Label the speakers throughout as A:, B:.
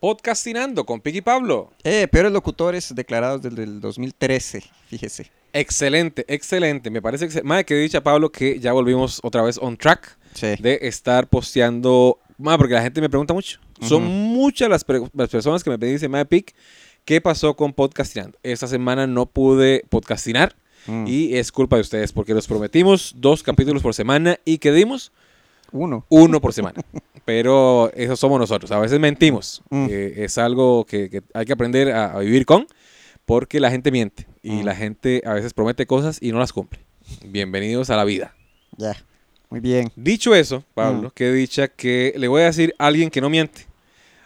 A: Podcastinando con Piqui Pablo.
B: Eh, peores locutores declarados desde el 2013, fíjese.
A: Excelente, excelente. Me parece excel- Madre, que dicha, Pablo, que ya volvimos otra vez on track
B: Sí.
A: de estar posteando. Madre, porque la gente me pregunta mucho. Son
B: Ujú.
A: muchas las, pre- las personas que me dicen, Madre Pic, ¿qué pasó con Podcastinando? Esta semana no pude podcastinar
B: Mm.
A: y es culpa de ustedes porque los prometimos dos capítulos por semana y que dimos
B: uno.
A: uno por semana. Pero eso somos nosotros. A veces mentimos.
B: Mm.
A: Eh, es algo que, que hay que aprender a, a vivir con, porque la gente miente y
B: Mm.
A: la gente a veces promete cosas y no las cumple. Bienvenidos a la vida.
B: Ya. Muy bien.
A: Dicho eso, Pablo,
B: Mm.
A: qué dicha que le voy a decir a alguien que no miente.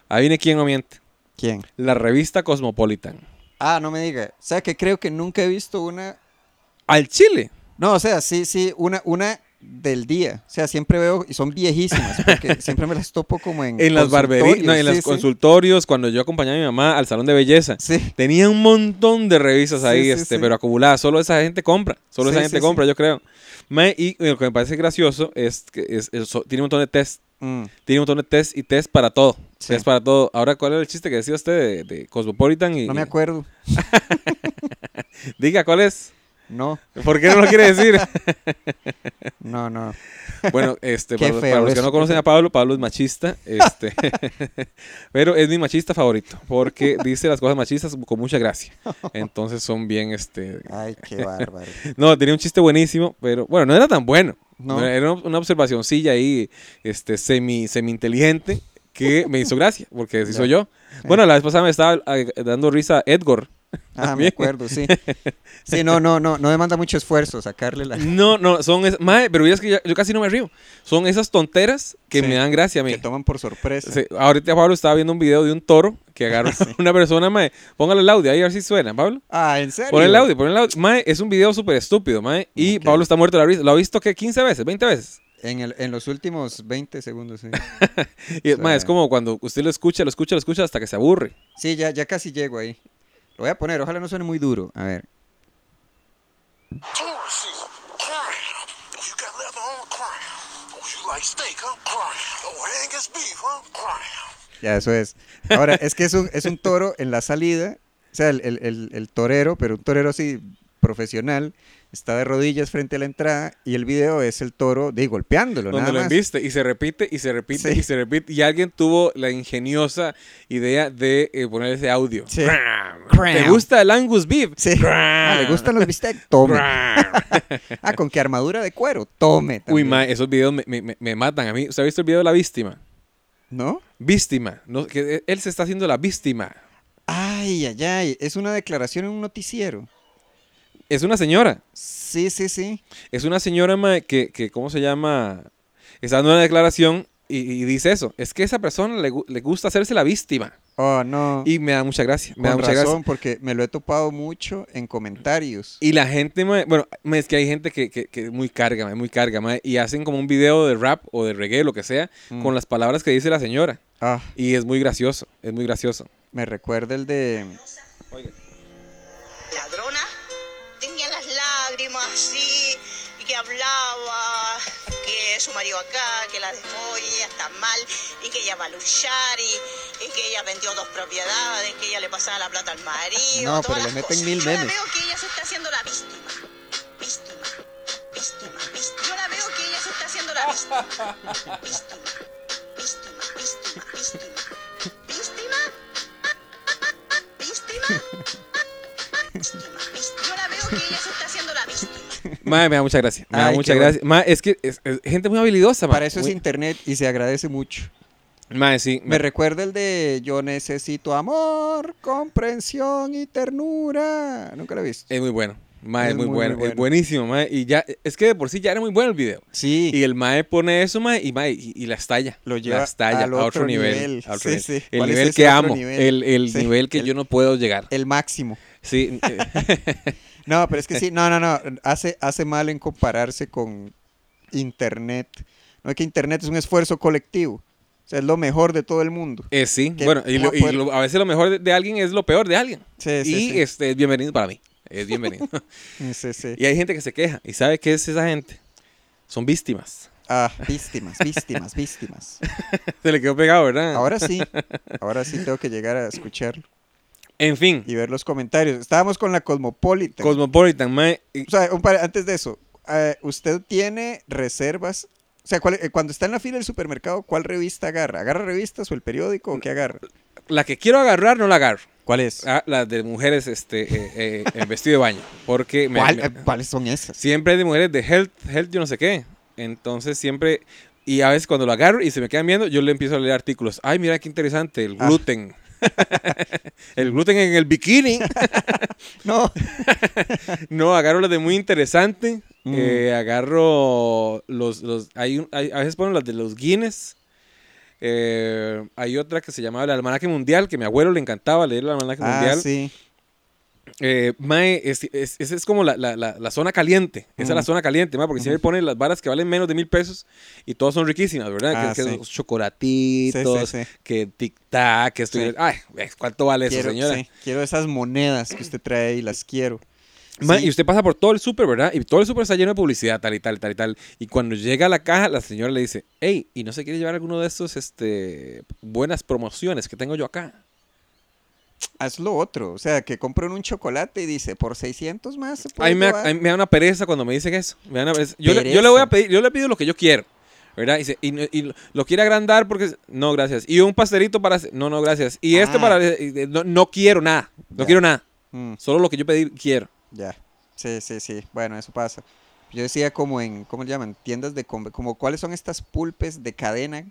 A: Adivine quién no miente.
B: ¿Quién?
A: La revista Cosmopolitan.
B: Ah, no me diga. O sea, que creo que nunca he visto una.
A: Al Chile.
B: No, o sea, sí, sí, una, una del día. O sea, siempre veo, y son viejísimas, porque siempre me las topo como en.
A: En las barberías, en
B: consultorios,
A: los consultorios, cuando yo acompañaba a mi mamá al salón de belleza.
B: sí, sí. Sí.
A: Tenía un montón de revistas
B: Sí,
A: ahí,
B: sí,
A: este,
B: sí.
A: pero acumuladas. Solo esa gente compra. Solo
B: Sí,
A: esa
B: sí,
A: gente
B: sí.
A: compra, yo creo. Mae, y lo que me parece gracioso es que es- es- so- tiene un montón de test.
B: Mm.
A: Tiene un montón de test y test para todo.
B: Sí.
A: Test para todo. Ahora, ¿cuál era el chiste que decía usted de, de Cosmopolitan? Y,
B: No me acuerdo.
A: Diga, ¿cuál es?
B: No,
A: ¿Por qué no lo quiere decir?
B: no, no.
A: Bueno, este,
B: Qué
A: para, los-
B: feo
A: para los que
B: eso.
A: no conocen a Pablo, Pablo es machista, este, pero es mi machista favorito, porque dice las cosas machistas con mucha gracia. Entonces son bien, este,
B: Ay, qué bárbaro.
A: No, tenía un chiste buenísimo, pero bueno, no era tan bueno.
B: No.
A: No, Era una una observacioncilla ahí, este, semi, semi inteligente, que me hizo gracia, porque así
B: Ya. Eh.
A: soy yo. Bueno, la vez pasada me estaba ah, dando risa Edgar.
B: Ah,
A: También.
B: me acuerdo, sí. Sí, no, no, no, no demanda mucho esfuerzo sacarle la.
A: No, no, son esas. Madre, pero es que ya- yo casi no me río. Son esas tonteras que
B: Sí,
A: me dan gracia a mí.
B: Que toman por sorpresa.
A: Sí, ahorita Pablo estaba viendo un video de un toro que agarró a una persona, mae. Póngale el audio ahí a ver si suena, Pablo.
B: Ah, ¿en serio?
A: Pon el audio, pon el audio. Mae, es un video súper estúpido, mae. Y
B: Ok.
A: Pablo está muerto de la risa. Lo ha visto que 15 veces, 20 veces.
B: En, el, en los últimos 20 segundos, sí.
A: Y,
B: O
A: ma, es
B: sea-
A: como cuando usted lo escucha, lo escucha, lo escucha hasta que se aburre.
B: Sí, ya, ya casi llego ahí. Lo voy a poner, ojalá no suene muy duro. A ver.
C: Tourists, crime. You got leather on crime. Oh, you like steak, huh? Crime. Oh, Angus beef, huh? Crime.
B: Ya, eso es. Ahora, es que es un, es un toro en la salida. O sea, el, el- el- el torero, pero un torero así profesional, está de rodillas frente a la entrada y el video es el toro de golpeándolo,
A: Donde
B: nada
A: lo
B: más.
A: viste y se repite y se repite
B: Sí.
A: y se repite. Y alguien tuvo la ingeniosa idea de eh, poner ese audio.
B: Sí.
A: ¿Te gusta el Angus Beef?
B: Sí. Ah, ¿Le gustan los bistecs? Tome. Ah, ¿con qué armadura de cuero? Tome.
A: Uy,
B: también.
A: ma, eh. esos videos me, me- me- me matan a mí. ¿Usted ha visto el video de la víctima?
B: ¿No?
A: Víctima. No, que eh, él se está haciendo la víctima.
B: Ay, ay, ay. Es una declaración en un noticiero.
A: Es una señora.
B: Sí, sí, sí.
A: Es una señora ma, que, que, ¿cómo se llama? Está dando una declaración y, y dice eso. Es que a esa persona le gu- le gusta hacerse la víctima.
B: Oh, no.
A: Y me da mucha gracia. Me da
B: Con
A: mucha
B: razón,
A: gracia.
B: porque me lo he topado mucho en comentarios.
A: Y la gente, mae, bueno, mae, es que hay gente que, que, que es muy carga, mae, muy carga, mae, y hacen como un video de rap o de reggae, lo que sea,
B: Mm.
A: con las palabras que dice la señora.
B: Ah,
A: Y es muy gracioso, es muy gracioso.
B: me recuerda el de...
D: ladrona tenía las lágrimas así y que hablaba que su marido acá, que la dejó y ella está mal y que ella va a luchar y, y que ella vendió dos propiedades, que ella le pasaba la plata al marido.
B: No,
D: todas
B: pero le
D: las
B: meten
D: cosas.
B: mil
D: Yo la
B: memes.
D: veo que ella se está haciendo la víctima. Víctima. Víctima. víctima. Yo la veo que ella se está haciendo la víctima. Víctima. Víctima. Víctima. Víctima. Víctima. Víctima. Yo la veo que ella se está haciendo la víctima.
A: Mae, me da mucha gracia, me da
B: Ay,
A: mucha
B: qué
A: gracia. Mae, es que es, es gente muy habilidosa, mae.
B: Para eso es
A: Muy-
B: internet y se agradece mucho.
A: Mae, sí.
B: Me recuerda el de Yo necesito amor, comprensión y ternura. Nunca lo he visto.
A: Es muy bueno. Mae, es,
B: Es
A: muy,
B: muy,
A: bueno.
B: muy
A: Es
B: bueno.
A: buenísimo, mae. Y ya, es que de por sí ya era muy bueno el video.
B: Sí.
A: Y el mae pone eso, mae, y, mae, y, y la estalla.
B: Lo lleva
A: la estalla
B: al
A: a otro
B: otro
A: nivel.
B: nivel.
A: a otro
B: Sí,
A: nivel.
B: sí.
A: El
B: ¿Cuál es
A: nivel
B: ese
A: que
B: otro
A: amo.
B: nivel?
A: El, el
B: Sí.
A: nivel que
B: El-
A: yo no puedo llegar.
B: El máximo.
A: Sí. eh,
B: No, pero es que sí, no, no, no, hace, hace mal en compararse con Internet. No es que Internet es un esfuerzo colectivo, o sea, es lo mejor de todo el mundo.
A: eh, sí.
B: ¿Qué-
A: Bueno, y,
B: cómo
A: lo- y
B: poder-
A: lo- a veces lo mejor de, de alguien es lo peor de alguien.
B: Sí, sí,
A: y
B: sí.
A: este es bienvenido para mí. Es bienvenido.
B: Sí, sí.
A: y hay gente que se queja. ¿Y sabe qué es esa gente? Son víctimas.
B: Ah, víctimas, víctimas, víctimas.
A: Se le quedó pegado, ¿verdad?
B: Ahora sí, ahora sí tengo que llegar a escucharlo
A: En fin,
B: y ver los comentarios. Estábamos con la Cosmopolitan.
A: Cosmopolitan, mae. y-
B: O sea, un par- antes de eso, eh, ¿usted tiene reservas? O sea, ¿cuál- eh, cuando está en la fila del supermercado, ¿cuál revista agarra? ¿Agarra revistas o el periódico o qué agarra?
A: La que quiero agarrar, no la agarro.
B: ¿Cuál es?
A: Ah, la de mujeres este, eh, eh, en vestido de baño. Porque me- me-
B: eh, ¿Cuáles son esas?
A: siempre hay de mujeres de health, health, yo no sé qué. Entonces siempre. Y a veces cuando lo agarro y se me quedan viendo, yo le empiezo a leer artículos. Ay, mira qué interesante, el
B: Ah.
A: gluten. el gluten en el bikini.
B: No.
A: No, agarro las de muy interesante.
B: Mm.
A: eh, agarro los. los hay, un- hay- a veces ponen las de los Guinness. eh, hay otra que se llamaba el Almanaque Mundial, que a mi abuelo le encantaba leer el Almanaque
B: Ah,
A: Mundial.
B: sí.
A: Eh, mae, es- es- esa es como la, la- la- la zona caliente. Esa es la
B: Mm. Ujú.
A: zona caliente, mae, porque siempre ponen las varas que valen menos de mil pesos y todas son riquísimas, ¿verdad?
B: Ah,
A: que, que
B: sí.
A: los chocolatitos,
B: Sí, sí, sí.
A: que tic-tac, que esto y
B: Sí.
A: el- Ay, ¿cuánto vale eso,
B: Quiero,
A: señora?
B: sí, quiero esas monedas que usted trae y las quiero.
A: Mae,
B: Sí.
A: Y usted pasa por todo el súper, ¿verdad? Y todo el súper está lleno de publicidad, tal y tal, tal y tal. Y cuando llega a la caja, la señora le dice, hey, ¿y no se quiere llevar alguno de estos este, buenas promociones que tengo yo acá?
B: Haz lo otro. O sea, que compren un chocolate y dice, por 600 más. se puede
A: A mí, me, da-
B: llevar?"
A: a mí me da una pereza cuando me dicen eso. Me da una pereza. Yo, le, yo le voy a
B: Pereza.
A: pedir, yo le pido lo que yo quiero. ¿Verdad? Y, dice, y, no- y lo- lo quiere agrandar porque. No, gracias. Y un pastelito para. No, no, gracias. Y este
B: Ah.
A: para. y- y- No, no quiero nada. No
B: Ya.
A: quiero nada.
B: Mm.
A: Solo lo que yo pedí quiero.
B: Ya. Sí, sí, sí. Bueno, eso pasa. Yo decía como en, ¿cómo le llaman? Tiendas de... conve- Como, ¿cuáles son estas pulpes de cadena?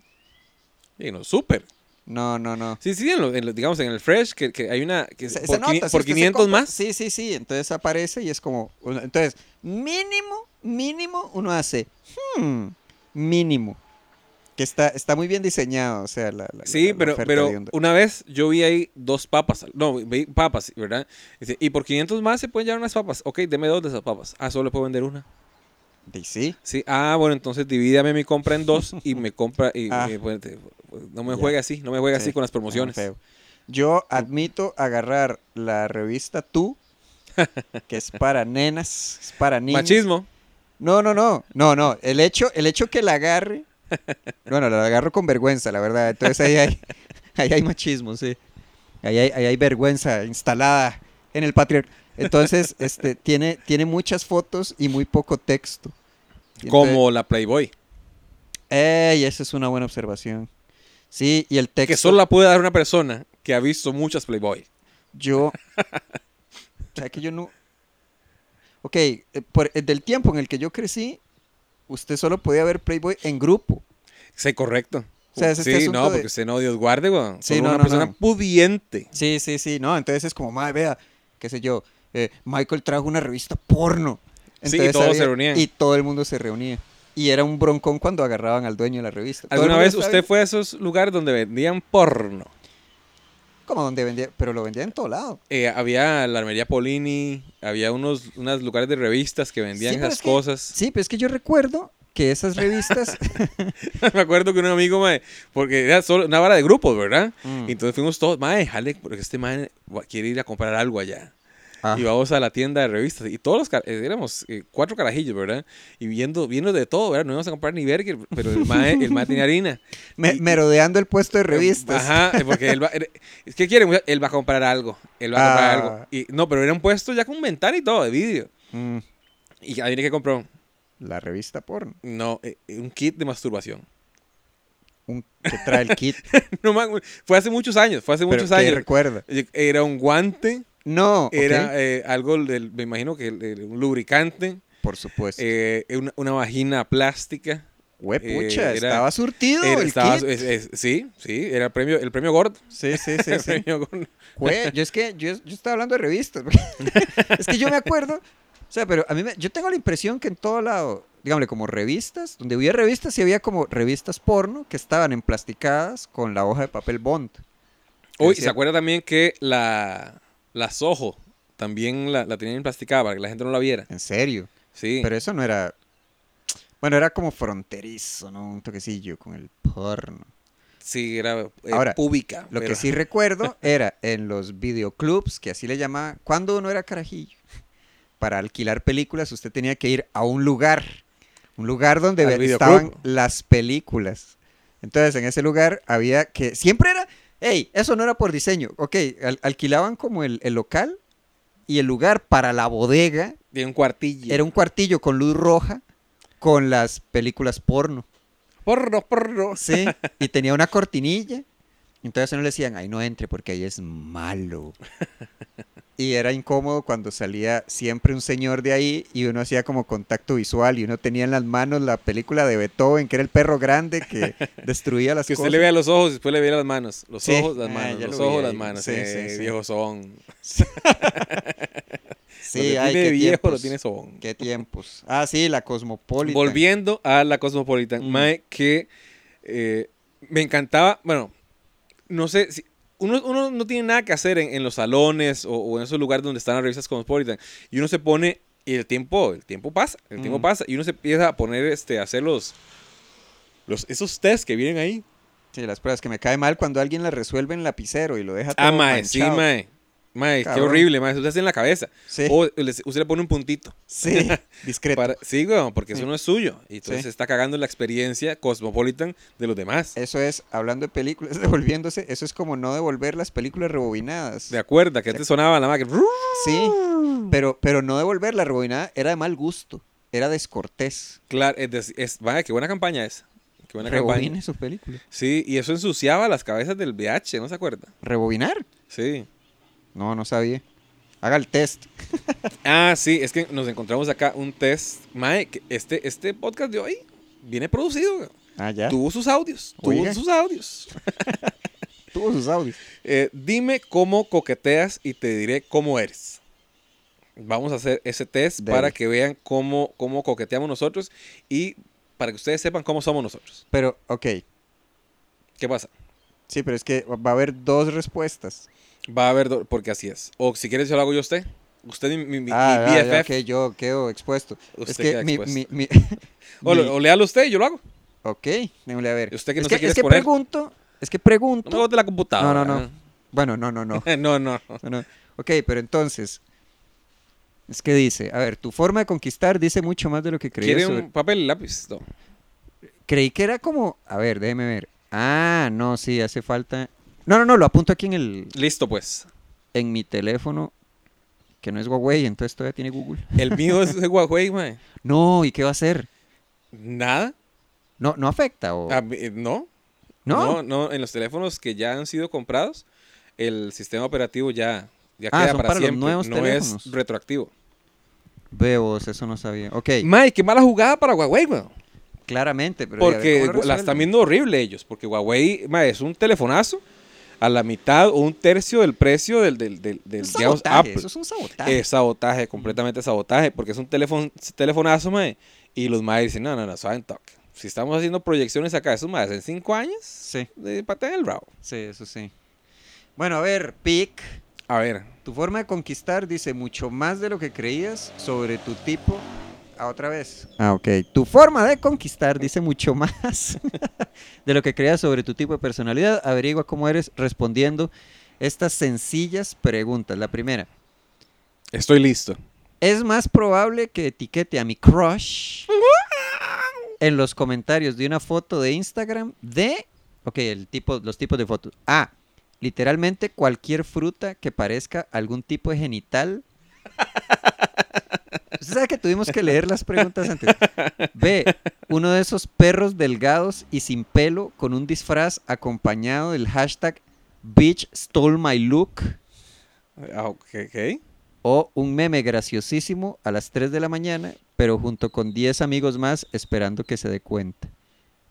A: Y no, súper.
B: No, no, no.
A: Sí, sí, en lo- en lo- digamos en el Fresh, que, que hay una. Que
B: Se-
A: por
B: se nota,
A: quini-
B: si
A: por
B: usted se
A: 500
B: compra-
A: más.
B: Sí, sí, sí. Entonces aparece y es como... uno- Entonces, mínimo, mínimo, uno hace... hmm, mínimo. Que está, está muy bien diseñado, o sea, la... la- la-
A: Sí,
B: la
A: pero,
B: oferta
A: pero
B: de Hyundai.
A: una vez yo vi ahí dos papas. No, vi papas, ¿verdad? Dice, y por 500 más se pueden llevar unas papas. Ok, deme dos de esas papas. Ah, solo le puedo vender una.
B: Y sí.
A: Sí, ah, bueno, entonces divídame mi compra en dos y me compra. Y,
B: Ah.
A: y, pues, te- pues, no me
B: Ya.
A: juegue así, no me juegue así
B: Sí,
A: con las
B: está
A: promociones.
B: feo. Yo admito agarrar la revista Tú, que es para nenas, es para niños.
A: Machismo.
B: No, no, no, no, no. El hecho, el hecho que la agarre, bueno, la agarro con vergüenza, la verdad. Entonces ahí hay, ahí hay machismo, sí. Ahí hay, ahí hay vergüenza instalada en el Patreon. Entonces, este, tiene, tiene muchas fotos y muy poco texto. Y entonces-
A: Como la Playboy.
B: ¡Ey! Esa es una buena observación. Sí, y el texto.
A: Que solo la puede dar una persona que ha visto muchas Playboy.
B: Yo. O sea, que yo no. Ok, eh, por- eh, del tiempo en el que yo crecí, usted solo podía ver Playboy en grupo.
A: Sí, correcto.
B: O sea, es este
A: sí,
B: asunto
A: no,
B: de-
A: porque usted no, Dios guarde, weón.
B: Sí,
A: Solo
B: no,
A: una
B: no,
A: persona
B: no.
A: pudiente.
B: Sí, sí, sí, no, entonces es como, madre, vea, qué sé yo, eh, Michael trajo una revista porno.
A: Sí, y todos se reunían.
B: Y todo el mundo se reunía. Y era un broncón cuando agarraban al dueño de la revista. Todo el
A: ¿Alguna
B: mundo
A: vez
B: sabe
A: usted fue a esos lugares donde vendían porno?
B: Como donde vendía, pero lo vendía en todo lado.
A: Eh, había la armería Polini, había unos unos lugares de revistas que vendían
B: Sí, pero
A: esas
B: es que-
A: cosas.
B: Sí, pero es que yo recuerdo que esas revistas...
A: me acuerdo que un amigo, mae, porque era solo una vara de grupos, ¿verdad?
B: Mm.
A: Y Entonces fuimos todos, mae, jale, porque este mae va- quiere ir a comprar algo allá.
B: Ah.
A: Y vamos a la tienda de revistas. Y todos los, car- eh, éramos eh, cuatro carajillos, ¿verdad? Y viendo, viendo de todo, ¿verdad? No íbamos a comprar ni burger, pero el mae, el mae tenía harina.
B: me- merodeando el puesto de revistas.
A: Ajá, eh, porque él va, er- ¿qué quiere? muchacho? Él va a comprar algo. Él va a comprar
B: Ah.
A: algo. Y, no, pero era un puesto ya con ventana y todo, de vídeo.
B: Mm,
A: Y adivine qué compró.
B: la revista porno.
A: No, eh, un kit de masturbación.
B: Un, que trae el kit.
A: No, man, fue hace muchos años, fue hace
B: pero
A: muchos
B: que
A: años.
B: recuerda.
A: Era un guante,
B: No, ok,
A: era eh, algo, del- me imagino que el- el- un lubricante,
B: por supuesto.
A: eh, una, una vagina plástica.
B: Huepucha,
A: eh, era-
B: estaba surtido
A: Era-
B: el
A: estaba-
B: kit.
A: es- es- sí, sí, era el premio, el premio Gord.
B: Sí, sí, sí,
A: El
B: sí.
A: premio Gord.
B: Güey, yo es que yo, yo estaba hablando de revistas. porque es que yo me acuerdo. O sea, pero a mí me- yo tengo la impresión que en todo lado, digámosle, como revistas, donde había revistas, sí había como revistas porno que estaban emplasticadas con la hoja de papel Bond.
A: Uy,
B: Sí.
A: se acuerda también que la, la Soho también la, la tenían emplasticada para que la gente no la viera.
B: En serio.
A: Sí.
B: Pero eso no era. Bueno, era como fronterizo, ¿no? Un toquecillo con el porno.
A: Sí, era eh,
B: Ahora,
A: pública.
B: Lo que
A: pero-
B: sí recuerdo era en los videoclubs, que así le llamaba, cuando uno era carajillo, para alquilar películas usted tenía que ir a un lugar Un lugar donde
A: Al
B: ve-
A: videoclub.
B: estaban las películas. Entonces, en ese lugar había que. Siempre era. ¡Ey! Eso no era por diseño. Ok, al- alquilaban como el, el local y el lugar para la bodega
A: Tiene un cuartillo.
B: era un cuartillo con luz roja con las películas porno.
A: porro, porro.
B: Sí, y tenía una cortinilla. Entonces no le decían, ahí no entre porque ahí es malo. Y era incómodo cuando salía siempre un señor de ahí y uno hacía como contacto visual y uno tenía en las manos la película de Beethoven, que era el perro grande que destruía las
A: Que usted
B: cosas.
A: le vea los ojos y después le vea las manos. Los
B: Sí.
A: ojos, las
B: Ah,
A: manos.
B: ya
A: los
B: lo vi
A: ojos,
B: ahí.
A: las manos.
B: Sí,
A: eh,
B: sí, sí.
A: viejo son.
B: Sí,
A: lo
B: ay,
A: tiene
B: qué
A: viejo,
B: tiempos.
A: lo tiene sobón.
B: Qué tiempos. Ah, sí, la Cosmopolitan.
A: Volviendo a la Cosmopolitan,
B: Mm.
A: mae, que eh, me encantaba, bueno, no sé, si, uno, uno no tiene nada que hacer en, en los salones o, o en esos lugares donde están las revistas Cosmopolitan y uno se pone y el tiempo, el tiempo pasa, el tiempo
B: Mm.
A: pasa y uno se empieza a poner, este, a hacer los, los esos test que vienen ahí.
B: Sí, las pruebas que me cae mal cuando alguien le resuelve en lapicero y lo deja todo
A: Ah, mae, sí,
B: manchado.
A: mae, mae, qué
B: Cabrón.
A: horrible, mae, eso se hace en la cabeza.
B: Sí,
A: O le- usted le pone un puntito.
B: sí, discreto.
A: Para, sí, weón, porque
B: Sí.
A: eso no es suyo. Y entonces
B: Sí.
A: se está cagando la experiencia Cosmopolitan de los demás.
B: Eso es, hablando de películas, devolviéndose, eso es como no devolver las películas rebobinadas.
A: De acuerdo, que te sonaba la máquina.
B: Sí, pero, pero no devolver la rebobinada era de mal gusto, era descortés.
A: Claro, es, de- es- vaya, qué buena campaña es. Qué buena
B: Rebobine
A: campaña.
B: su película.
A: Sí, y eso ensuciaba las cabezas del VH, ¿no se acuerda?
B: ¿Rebobinar?
A: Sí.
B: No, no sabía. Haga el test.
A: Ah, sí, es que nos encontramos acá un test. Mae, que este, este podcast de hoy viene producido. weón.
B: Ah, ya.
A: Tuvo sus audios, tuvo
B: Oiga.
A: sus audios.
B: Tuvo sus audios.
A: Eh, dime cómo coqueteas y te diré cómo eres. Vamos a hacer ese test
B: Dele.
A: para que vean cómo, cómo coqueteamos nosotros y para que ustedes sepan cómo somos nosotros.
B: Pero, ok.
A: ¿Qué pasa?
B: Sí, pero es que va a haber dos respuestas.
A: Va a haber, do- porque así es. O si quieres, yo lo hago yo a usted. Usted, mi, mi, mi-
B: ah,
A: mi
B: ya,
A: BFF.
B: ya, ok, yo quedo expuesto.
A: Usted
B: es que
A: queda
B: mi, mi,
A: expuesto.
B: mi-
A: O, lo-
B: mi-
A: o léalo usted y yo lo hago.
B: Ok, démosle a ver.
A: Usted que
B: es
A: no se
B: que,
A: quiere
B: es que
A: exponer.
B: pregunto, es que
A: No
B: pregunto.
A: me bote la computadora.
B: no, no, no. Bueno, no, no, no.
A: Ah. no, no. no.
B: No, no. Ok, pero entonces, es que dice, a ver, tu forma de conquistar dice mucho más de lo que creí.
A: ¿Quiere un papel y lápiz? No.
B: Creí que era como, a ver, déjeme ver. Ah, no, sí, hace falta. No, no, no, lo apunto aquí en el,
A: Listo, pues.
B: en mi teléfono, que no es Huawei, entonces todavía tiene Google.
A: El mío es de Huawei, mae.
B: No, ¿y qué va a hacer?
A: Nada.
B: No, no afecta o
A: A mí- eh, no.
B: Oh. no.
A: no, en los teléfonos que ya han sido comprados, el sistema operativo ya, ya
B: Ah,
A: queda
B: son
A: para,
B: para los
A: siempre.
B: nuevos
A: no
B: teléfonos.
A: es retroactivo.
B: Veo, eso no sabía. Ok,
A: Mae, qué mala jugada para Huawei, weón.
B: claramente, pero ¿y a ver
A: Porque
B: cómo lo
A: gua- la
B: resuelven?
A: están viendo horrible ellos. Porque Huawei mae, es un telefonazo a la mitad o un tercio del precio del, del, del, del,
B: Un
A: digamos,
B: sabotaje,
A: Apple.
B: eso es un sabotaje.
A: Es sabotaje, completamente sabotaje. Porque es un teléfono, telefonazo, mae. Y los maes dicen, no, no, no, saben toque. Si estamos haciendo proyecciones acá, esos maes en cinco años,
B: Sí,
A: de patean el rabo.
B: sí, eso sí. Bueno, a ver, pick.
A: A ver,
B: Tu forma de conquistar dice mucho más de lo que creías sobre tu tipo. Ah, otra vez. Ah, ok. Tu forma de conquistar dice mucho más de lo que creías sobre tu tipo de personalidad. Averigua cómo eres respondiendo estas sencillas preguntas. La primera.
A: estoy listo.
B: Es más probable que etiquete a mi crush en los comentarios de una foto de Instagram de. Ok, el tipo, los tipos de fotos. A. Literalmente cualquier fruta que parezca algún tipo de genital. Usted sabe que tuvimos que leer las preguntas antes. B. Uno de esos perros delgados y sin pelo con un disfraz acompañado del hashtag Bitch stole my look.
A: Ah, ok, ok.
B: O un meme graciosísimo a las 3 de la mañana, pero junto con 10 amigos más esperando que se dé cuenta.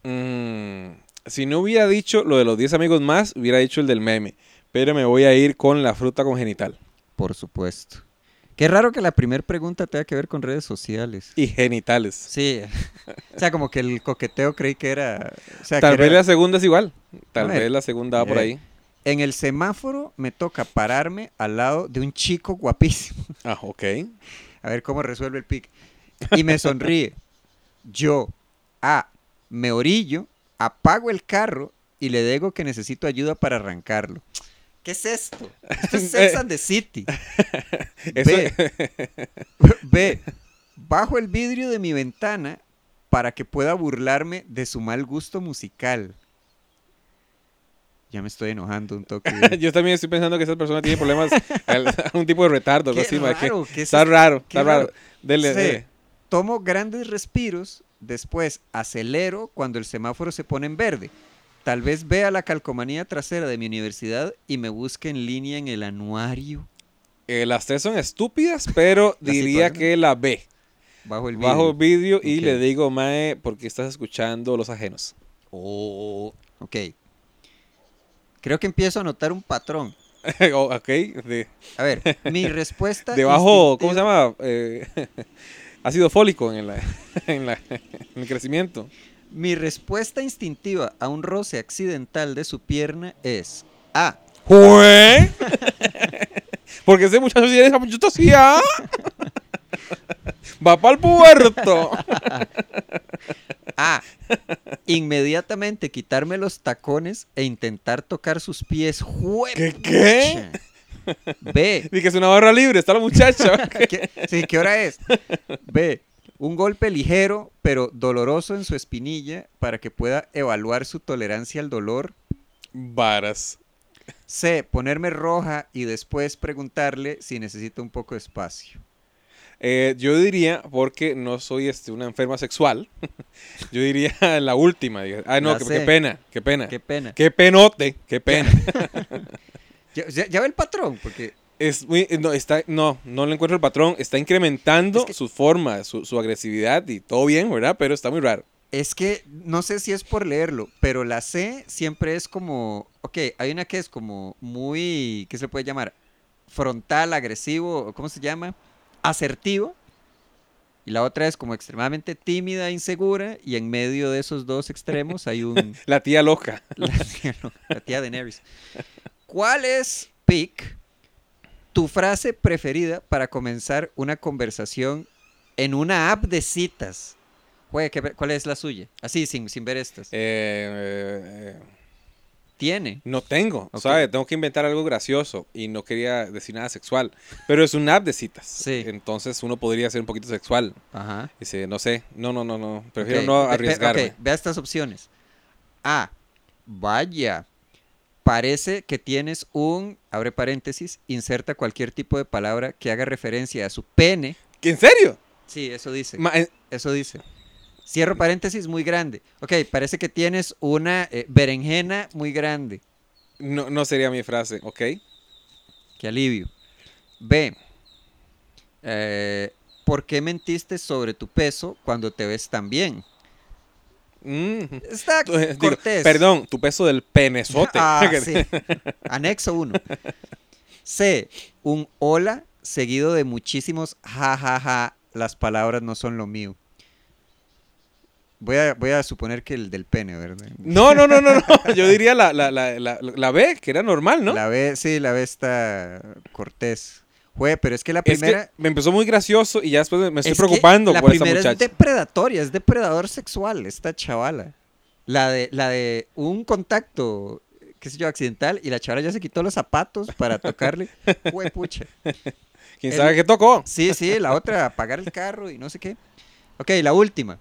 A: Mm, si no hubiera dicho lo de los 10 amigos más, hubiera dicho el del meme. Pero me voy a ir con la fruta congenital.
B: Por supuesto. Qué raro que la primera pregunta tenga que ver con redes sociales.
A: Y genitales.
B: Sí. o sea, como que el coqueteo creí que era... o sea,
A: Tal
B: que
A: vez
B: era-
A: la segunda es igual. Tal
B: A ver.
A: vez la segunda va por
B: Eh.
A: ahí.
B: En el semáforo me toca pararme al lado de un chico guapísimo.
A: Ah, ok.
B: A ver cómo resuelve el pic. Y me sonríe. Yo, A, me orillo, apago el carro y le digo que necesito ayuda para arrancarlo. ¿Qué es esto? Esto es Sex and the City.
A: Eso-
B: B, B, bajo el vidrio de mi ventana para que pueda burlarme de su mal gusto musical. Ya me estoy enojando un toque.
A: Yo también estoy pensando que esa persona tiene problemas, al- algún tipo de retardo, algo
B: Qué
A: así, ma, que
B: raro, qué
A: está
B: sus-
A: raro,
B: qué
A: está raro.
B: raro.
A: Dele, eh,
B: Sí.
A: dele.
B: Tomo grandes respiros, después acelero cuando el semáforo se pone en verde. Tal vez vea la calcomanía trasera de mi universidad y me busque en línea en el anuario
A: Eh, las tres son estúpidas, pero
B: La
A: diría
B: situación.
A: que la B.
B: bajo el vidrio.
A: Bajo vídeo y
B: Ok.
A: le digo, Mae, porque estás escuchando los ajenos.
B: Oh, ok. Creo que empiezo a notar un patrón.
A: Oh, ok, de,
B: A ver, mi respuesta.
A: debajo, ¿cómo se
B: instintiva-
A: llama? Eh, ácido fólico en, la, en, la- en el crecimiento.
B: Mi respuesta instintiva a un roce accidental de su pierna es A.
A: ¿Jue? Porque ese muchacho si esa muchacha sí, ¿ah? Va para el puerto.
B: A. Inmediatamente quitarme los tacones e intentar tocar sus pies. ¡Jue-
A: ¿Qué, qué?
B: pucha! B.
A: Dije, es una barra libre, está la muchacha.
B: ¿Qué- sí, ¿qué hora es? B. Un golpe ligero pero doloroso en su espinilla para que pueda evaluar su tolerancia al dolor.
A: Varas.
B: C. Ponerme roja y después preguntarle si necesita un poco de espacio.
A: Eh, yo diría, porque no soy este, una enferma sexual, yo diría la última. diga- Ay, no,
B: La
A: qué,
B: C.
A: qué pena, qué pena.
B: Qué
A: Qué,
B: pena.
A: penote, qué pena.
B: Ya, ya- ya ve el patrón, porque
A: es muy, no, está, no, no le encuentro el patrón. Está incrementando
B: Es que-
A: su forma, su, su agresividad y todo bien, ¿verdad? Pero está muy raro.
B: es que no sé si es por leerlo, pero la C siempre es como, ok, hay una que es como muy, ¿qué se le puede llamar? Frontal, agresivo, ¿cómo se llama? Asertivo. Y la otra es como extremadamente tímida, insegura, y en medio de esos dos extremos hay un...
A: La tía loca.
B: La tía, no, la tía Daenerys. ¿Cuál es, Pic, tu frase preferida para comenzar una conversación en una app de citas? Jue, ¿qué- ¿cuál es la suya? Así, sin, sin ver estas.
A: Eh, eh, eh,
B: Tiene.
A: no tengo,
B: Ok.
A: ¿sabes? Tengo que inventar algo gracioso y no quería decir nada sexual. Pero es una app de citas.
B: Sí.
A: Entonces uno podría ser un poquito sexual.
B: Ajá.
A: Dice, no sé, no, no, no, no, prefiero
B: Ok,
A: no
B: ve- ve-
A: arriesgarme.
B: ok, vea estas opciones. A. Vaya. Parece que tienes un, abre paréntesis, inserta cualquier tipo de palabra que haga referencia a su pene.
A: ¿Que ¿En serio?
B: Sí, eso dice.
A: Ma- eh,
B: Eso dice. Cierro paréntesis muy grande. Ok, parece que tienes una eh, berenjena muy grande.
A: no, no sería mi frase, ¿ok?
B: Qué alivio. B. Eh, ¿Por qué mentiste sobre tu peso cuando te ves tan bien?
A: Mm.
B: Está
A: Tu- eh, digo,
B: cortés.
A: perdón, tu peso del penezote.
B: Ah, sí. Anexo 1. C. Un hola seguido de muchísimos ja, ja, ja. Las palabras no son lo mío. Voy a, voy a suponer que el del pene, ¿verdad?
A: No, no, no, no, no. Yo diría la, la, la, la, la B, que era normal, ¿no?
B: La B, sí, la B está cortés. Jue, pero es que la
A: Es que
B: primera.
A: me empezó muy gracioso y ya después me- me estoy
B: es que
A: preocupando
B: la
A: por esa
B: primera
A: muchacha.
B: es depredatoria, es depredador sexual, esta chavala. La de, la de un contacto, qué sé yo, accidental, y la chavala ya se quitó los zapatos para tocarle. Jue, pucha.
A: ¿Quién
B: el-
A: sabe qué tocó?
B: Sí, sí, la otra, apagar el carro y no sé qué. Ok, la última.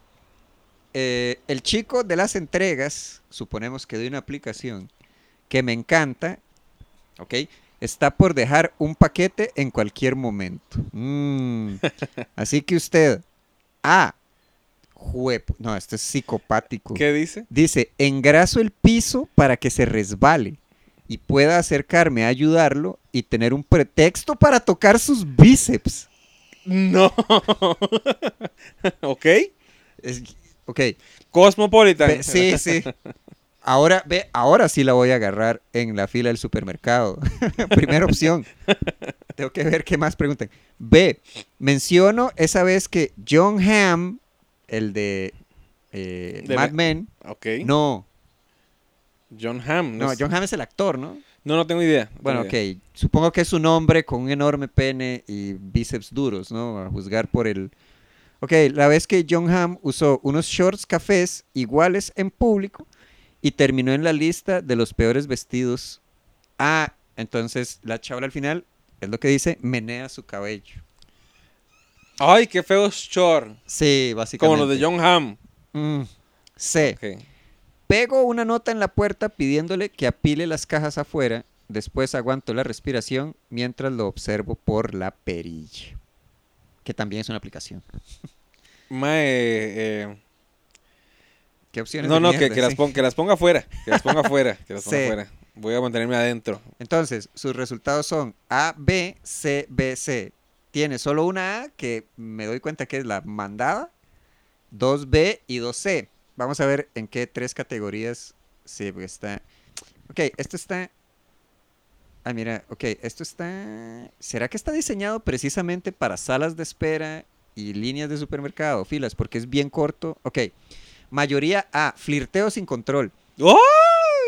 B: Eh, el chico de las entregas, suponemos que de una aplicación, que me encanta, ok, está por dejar un paquete en cualquier momento. Mm, Así que usted, A, juep, no, esto es psicopático.
A: ¿Qué dice?
B: Dice, engraso el piso para que se resbale y pueda acercarme a ayudarlo y tener un pretexto para tocar sus bíceps.
A: No. ¿Ok?
B: Es- ok.
A: Cosmopolitan.
B: Ve- sí, sí. Ahora, ve, ahora sí la voy a agarrar en la fila del supermercado. Primera opción. Tengo que ver qué más preguntan. B. Menciono esa vez que John Hamm, el de, eh,
A: De
B: Mad
A: la-
B: Men,
A: Ok.
B: no,
A: John Hamm. No,
B: no,
A: es-
B: John Hamm es el actor, ¿no?
A: no, no tengo idea. no
B: Bueno,
A: tengo idea.
B: ok. Supongo que es un hombre con un enorme pene y bíceps duros, ¿no? A juzgar por el... Ok, la vez que John Hamm usó unos shorts cafés iguales en público y terminó en la lista de los peores vestidos. Ah, entonces la chavala al final es lo que dice, menea su cabello.
A: Ay, qué feo short.
B: Sí, básicamente.
A: Como los de John Hamm.
B: Mm, C.
A: Ok.
B: Pego una nota en la puerta pidiéndole que apile las cajas afuera. Después aguanto la respiración mientras lo observo por la perilla. Que también es una aplicación.
A: Mae, eh,
B: ¿Qué opciones?
A: no,
B: de
A: no, que,
B: mierda,
A: que las
B: sí?
A: pon- que las ponga afuera. Que las ponga afuera. Que las ponga
B: Sí.
A: afuera. Voy a mantenerme adentro.
B: Entonces, sus resultados son A, B, C, B, C. Tiene solo una A que me doy cuenta que es la mandada, 2B y 2C. Vamos a ver en qué tres categorías sí, porque está. Ok, esto está. Ah, mira, ok, esto está. ¿Será que está diseñado precisamente para salas de espera y líneas de supermercado, filas? Porque es bien corto. Ok, mayoría A, flirteo sin control.
A: ¡Oh!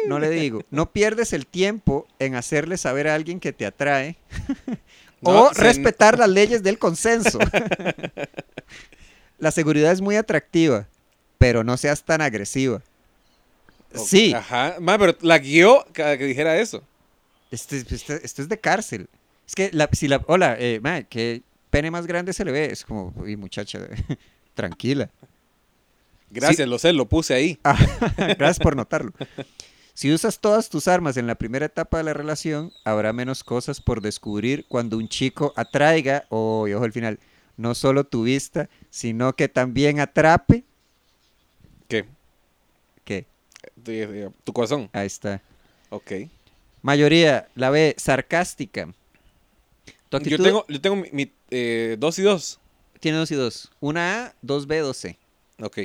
B: No le digo. No pierdes el tiempo en hacerle saber a alguien que te atrae.
A: No,
B: o
A: se-
B: respetar las leyes del consenso. la seguridad es muy atractiva, pero no seas tan agresiva. Sí,
A: Ajá. Mae, pero la guió ca- que dijera eso.
B: esto, es- esto- este, esto es de cárcel. Es que la, si la... Hola, eh, mae, qué pene más grande se le ve. Es como, uy, muchacha, tranquila.
A: Gracias, lo sé, lo puse ahí.
B: Ah, Gracias por notarlo. Si usas todas tus armas en la primera etapa de la relación, habrá menos cosas por descubrir cuando un chico atraiga, o y ojo al final, no solo tu vista, sino que también atrape.
A: ¿Qué?
B: Que
A: Tu, eh, tu corazón.
B: ahí está.
A: Ok.
B: Mayoría, la B, sarcástica.
A: Yo
B: Tu actitud
A: tengo, yo tengo mi, mi, eh, dos y dos.
B: tiene dos y dos. Una A, dos B, dos C.
A: Ok.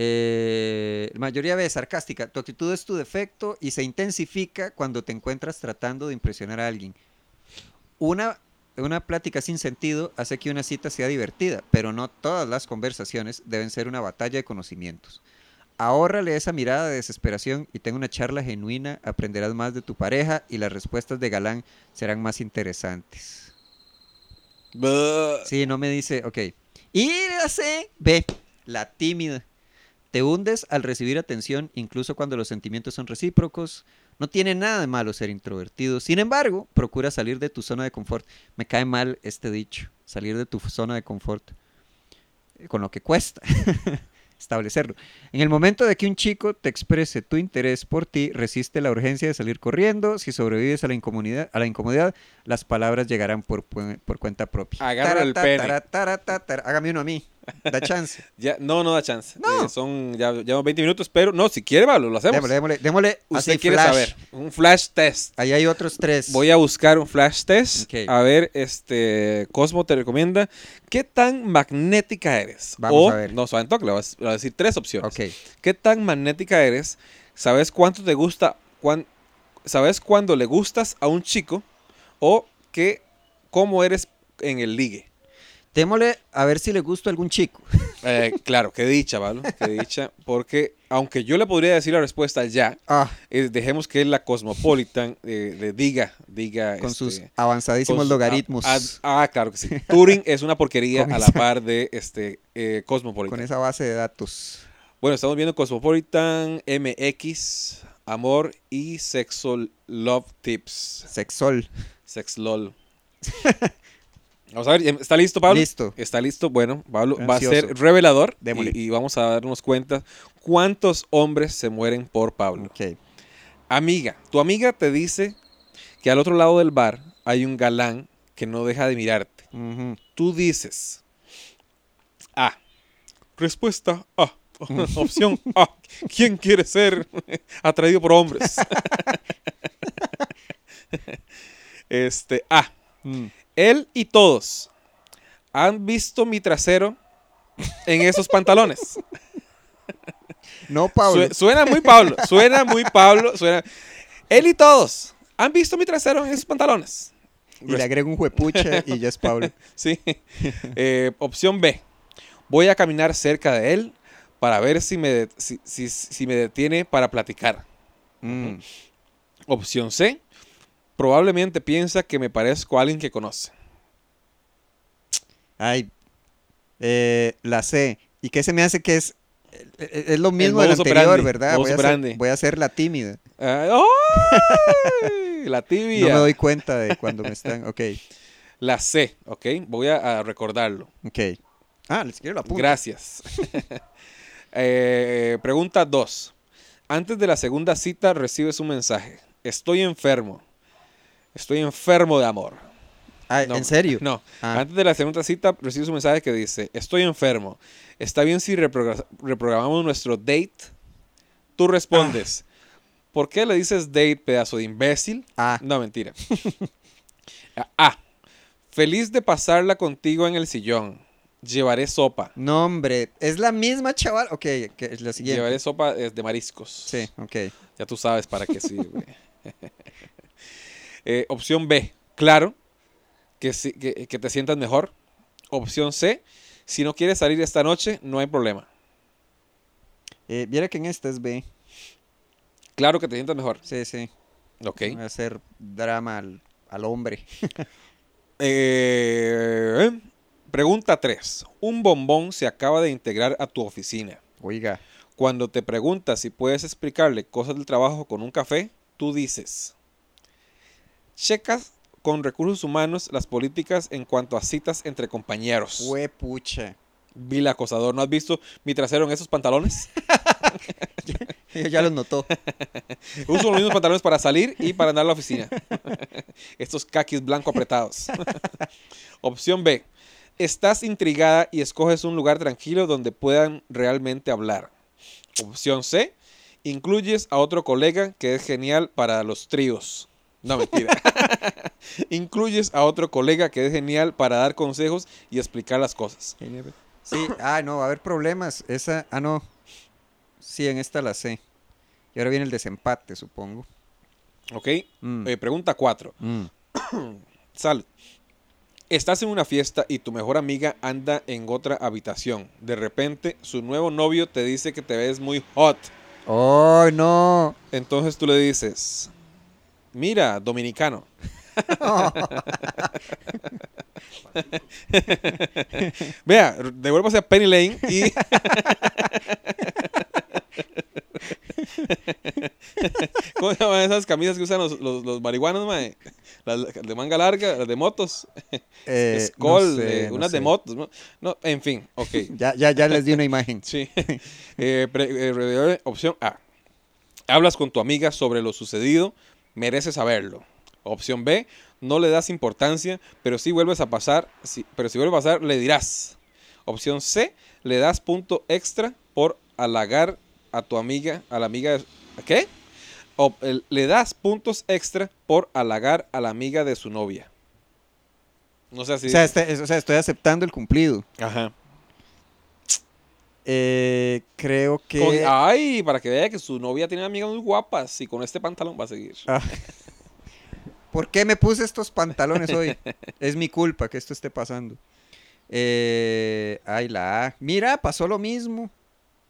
B: Eh, mayoría B, sarcástica. Tu actitud es tu defecto y se intensifica cuando te encuentras tratando de impresionar a alguien. Una, una plática sin sentido hace que una cita sea divertida, pero no todas las conversaciones deben ser una batalla de conocimientos. Ahórrale esa mirada de desesperación y ten una charla genuina, aprenderás más de tu pareja y las respuestas de Galán serán más interesantes.
A: Buh.
B: Sí, no me dice, ok. Y la C, B, la tímida. Te hundes al recibir atención, incluso cuando los sentimientos son recíprocos. No tiene nada de malo ser introvertido. Sin embargo, procura salir de tu zona de confort. Me cae mal este dicho, salir de tu zona de confort. Eh, Con lo que cuesta establecerlo. En el momento de que un chico te exprese tu interés por ti, resiste la urgencia de salir corriendo. Si sobrevives a la incomodidad, a la incomodidad las palabras llegarán por, pu- por cuenta propia.
A: Agarra el pene.
B: taratatara. Hágame uno a mí. Da chance.
A: Ya, no, no da chance.
B: No.
A: Eh, son ya llevamos 20 minutos, pero no, si quiere, Pablo, lo hacemos.
B: Démosle, démosle, démosle
A: Usted
B: así
A: quiere
B: flash.
A: saber. Un flash test.
B: Ahí hay otros tres.
A: Voy a buscar un flash test.
B: Ok.
A: A ver, este Cosmo te recomienda qué tan magnética eres.
B: Vamos
A: o,
B: a ver.
A: No, saben toque, le vas le vas a decir tres opciones.
B: Ok.
A: ¿Qué tan magnética eres? ¿Sabes cuánto te gusta? cuán- ¿Sabes cuándo le gustas a un chico? ¿O qué, cómo eres en el ligue?
B: Démosle a ver si le gusta algún chico.
A: Eh, claro, qué dicha, Pablo. Qué dicha. Porque aunque yo le podría decir la respuesta ya,
B: Ah,
A: eh, dejemos que la Cosmopolitan eh, le diga, diga.
B: con sus
A: este,
B: avanzadísimos
A: con su-
B: logaritmos.
A: Ah, ah, ah, claro que sí. Turing es una porquería
B: Con
A: a la
B: esa-
A: par de este, eh, Cosmopolitan.
B: con e- esa base de datos.
A: Bueno, estamos viendo Cosmopolitan, MX, Amor y Sexo Love Tips.
B: Sexol.
A: Sex LOL. Vamos a ver, ¿está listo, Pablo?
B: Listo.
A: Está listo. Bueno, Pablo va a
B: Ansioso.
A: ser revelador
B: Démosle.
A: y, y vamos a darnos cuenta cuántos hombres se mueren por Pablo.
B: Ok.
A: Amiga, tu amiga te dice que al otro lado del bar hay un galán que no deja de mirarte.
B: Ujú.
A: Tú dices A. Respuesta A. Opción A. ¿Quién quiere ser atraído por hombres? este A.
B: Mm.
A: Él y todos han visto mi trasero en esos pantalones.
B: No, Pablo.
A: Sue- suena muy Pablo, suena muy Pablo, suena. Él y todos han visto mi trasero en esos pantalones.
B: Y le agrego un juepucha y ya es Pablo.
A: Sí. Eh, opción B. Voy a caminar cerca de él para ver si me, de- si, si- si me detiene para platicar.
B: Mm.
A: Opción C. Probablemente piensa que me parezco a alguien que conoce.
B: Ay. Eh, la C. ¿Y qué se me hace que es? eh, eh, Es lo mismo del
A: modus
B: anterior,
A: operandi,
B: ¿verdad?
A: modus
B: Voy a,
A: operandi.
B: ser, voy a ser la tímida.
A: Ah, ¡ay! La
B: No
A: tibia.
B: me doy cuenta de cuando me están. Ok.
A: La C, ¿ok? Voy a, a recordarlo.
B: Ok. Ah, les quiero la punta.
A: Gracias. Eh, pregunta 2. Antes de la segunda cita recibes un mensaje. Estoy enfermo. Estoy enfermo de amor.
B: Ah,
A: No,
B: ¿En serio?
A: No.
B: Ah.
A: Antes de la segunda cita recibes un mensaje que dice, estoy enfermo. ¿Está bien si reprogra- reprogramamos nuestro date? Tú respondes, ¿por qué le dices date, pedazo de imbécil?
B: Ah.
A: No, mentira. A. Feliz de pasarla contigo en el sillón. Llevaré sopa.
B: No, hombre. Es la misma chaval. Ok, que es la siguiente.
A: Llevaré sopa eh, de mariscos.
B: Sí, ok.
A: Ya tú sabes para qué sirve. Eh, opción B, claro, que, si- que- que te sientas mejor. Opción C, si no quieres salir esta noche, no hay problema.
B: Eh, Viera que en esta es B.
A: Claro que te sientas mejor.
B: Sí, sí.
A: Ok.
B: Voy a hacer drama al, al hombre.
A: Eh, pregunta 3. Un bombón se acaba de integrar a tu oficina.
B: Oiga.
A: Cuando te preguntas si puedes explicarle cosas del trabajo con un café, tú dices, checas con recursos humanos las políticas en cuanto a citas entre compañeros.
B: Hue pucha.
A: Vil acosador, ¿no has visto mi trasero en esos pantalones?
B: Ya lo notó.
A: Uso los mismos pantalones para salir y para andar a la oficina. Estos caquis blanco apretados. Opción B. Estás intrigada y escoges un lugar tranquilo donde puedan realmente hablar. Opción C. Incluyes a otro colega que es genial para los tríos. No, mentira. Incluyes a otro colega que es genial para dar consejos y explicar las cosas.
B: Sí, ah, no, va a haber problemas. Esa, ah, no. Sí, en esta la C. Y ahora viene el desempate, supongo.
A: ¿Ok?
B: Mm.
A: Eh, pregunta 4.
B: Mm.
A: Sal. Estás en una fiesta y tu mejor amiga anda en otra habitación. De repente, su nuevo novio te dice que te ves muy hot.
B: ¡Oh, no!
A: Entonces tú le dices, mira, dominicano. Vea, r- devuélvase a Penny Lane y... ¿Cómo se llaman esas camisas que usan los, los, los marihuanos, mae? Las las de manga larga, las de motos.
B: Eh,
A: Skull,
B: no sé,
A: eh,
B: no
A: unas de
B: sé.
A: motos, ¿no? No, en fin, ok.
B: Ya, ya, ya les di una imagen.
A: sí. Eh, pre- eh, re- eh, opción A. Hablas con tu amiga sobre lo sucedido, mereces saberlo. Opción B, no le das importancia, pero si vuelves a pasar, si- pero si vuelve a pasar, le dirás. Opción C, le das punto extra por halagar a tu amiga, a la amiga de... ¿Qué? O- el- le das puntos extra por halagar a la amiga de su novia. No sé si...
B: O, sea, este- es- o sea, estoy aceptando el cumplido.
A: Ajá.
B: Eh, creo que.
A: Con- ay, para que vea que su novia tiene amigas muy guapas y con este pantalón va a seguir.
B: Ah. ¿Por qué me puse estos pantalones hoy? es mi culpa que esto esté pasando. Eh, ay, la A. Mira, pasó lo mismo.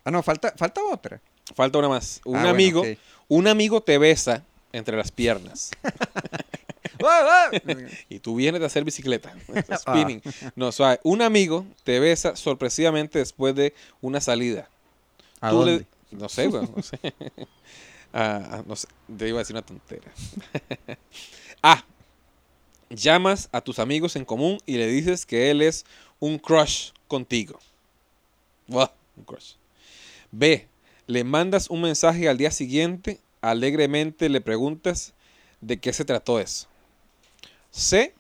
B: Ah, no, falta, falta otra.
A: Falta una más. Un
B: Ah, bueno,
A: amigo,
B: ok.
A: un amigo te besa entre las piernas
B: ¡Ah, ah!
A: y tú vienes de hacer bicicleta, spinning. No, suave. Un amigo te besa sorpresivamente después de una salida.
B: ¿A
A: Tú le-
B: dónde?
A: no sé, weón, no sé. Ah, ah, no sé, te iba a decir una tontera. ah, llamas a tus amigos en común y le dices que él es un crush contigo. Buah, un crush. B, le mandas un mensaje al día siguiente, alegremente le preguntas de qué se trató eso. C,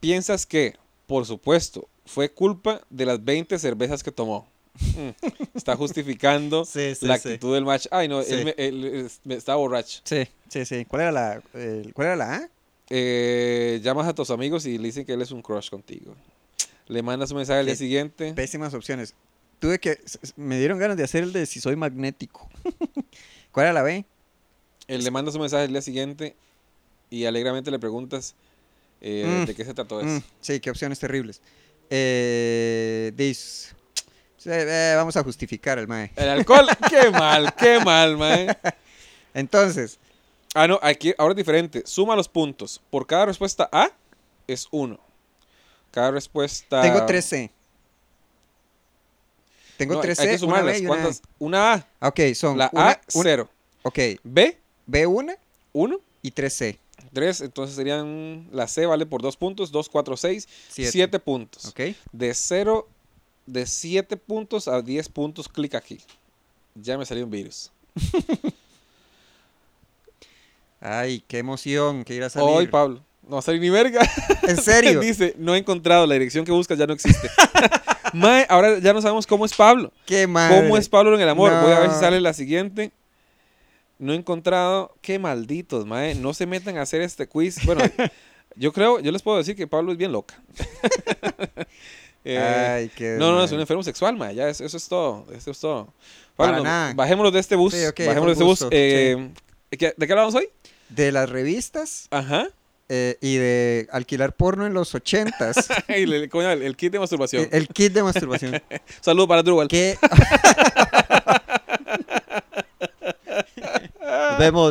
A: piensas que, por supuesto, fue culpa de las 20 cervezas que tomó. Mm, Está justificando
B: Sí, sí,
A: la
B: sí.
A: actitud del match. Ay, no,
B: Sí.
A: él, me, él, eh, me- estaba borracho.
B: Sí, sí, sí. ¿Cuál era la, eh, ¿cuál era la A?
A: Eh, llamas a tus amigos y le dicen que él es un crush contigo. Le mandas un mensaje al día
B: Sí.
A: siguiente.
B: Pésimas opciones. Tuve que. s- s- Me dieron ganas de hacer el de si soy magnético. ¿Cuál era la B?
A: Eh, le mandas un mensaje al día siguiente y alegremente le preguntas eh,
B: Mm.
A: de qué se trató
B: Mm,
A: eso.
B: sí, qué opciones terribles. Eh, dis- Sí, eh, vamos a justificar al mae.
A: El alcohol, qué mal, qué mal, man.
B: Entonces,
A: Ah, no, aquí ahora es diferente. Suma los puntos. Por cada respuesta A es uno. Cada respuesta.
B: tengo 13.
A: Ah.
B: Tengo
A: No, hay-
B: 13.
A: Hay que
B: una B
A: sumarlas.
B: y una A.
A: ¿Cuántas? Una A.
B: Ah, Ok, son
A: La
B: una-
A: A,
B: una-
A: cero.
B: Ok,
A: B,
B: B una
A: uno.
B: y 3C.
A: Tres. Entonces serían. La C vale por dos puntos. Dos, cuatro, seis.
B: Siete.
A: Siete puntos.
B: Ok.
A: De cero. De siete puntos a diez puntos, clic aquí. ya me salió un virus.
B: Ay, qué emoción que ir a salir.
A: Hoy, Pablo. No va a salir ni verga.
B: en serio.
A: Dice, no he encontrado, la dirección que buscas ya no existe. Mae, ahora ya no sabemos cómo es Pablo.
B: Qué madre.
A: ¿Cómo es Pablo en el amor? Voy a ver si
B: No.
A: sale la siguiente. No he encontrado. Qué malditos, mae. No se metan a hacer este quiz. Bueno, yo creo, yo les puedo decir que Pablo es bien loca. Eh,
B: Ay, qué.
A: no, no, es
B: madre.
A: un enfermo sexual, mae. Ya, es- eso es todo. Eso es todo.
B: Para
A: Pablo,
B: nada.
A: bajémonos de este bus.
B: Sí, ok,
A: bajémonos de este
B: con
A: bus.
B: gusto,
A: Eh, ¿qué- ¿De qué hablamos hoy?
B: De las revistas
A: Ajá.
B: eh, y de alquilar porno en los ochentas.
A: el, el- ¿cómo se llama? El kit de masturbación.
B: el, el kit de masturbación.
A: Saludos para Drupal.
B: ¿Qué? Nos vemos.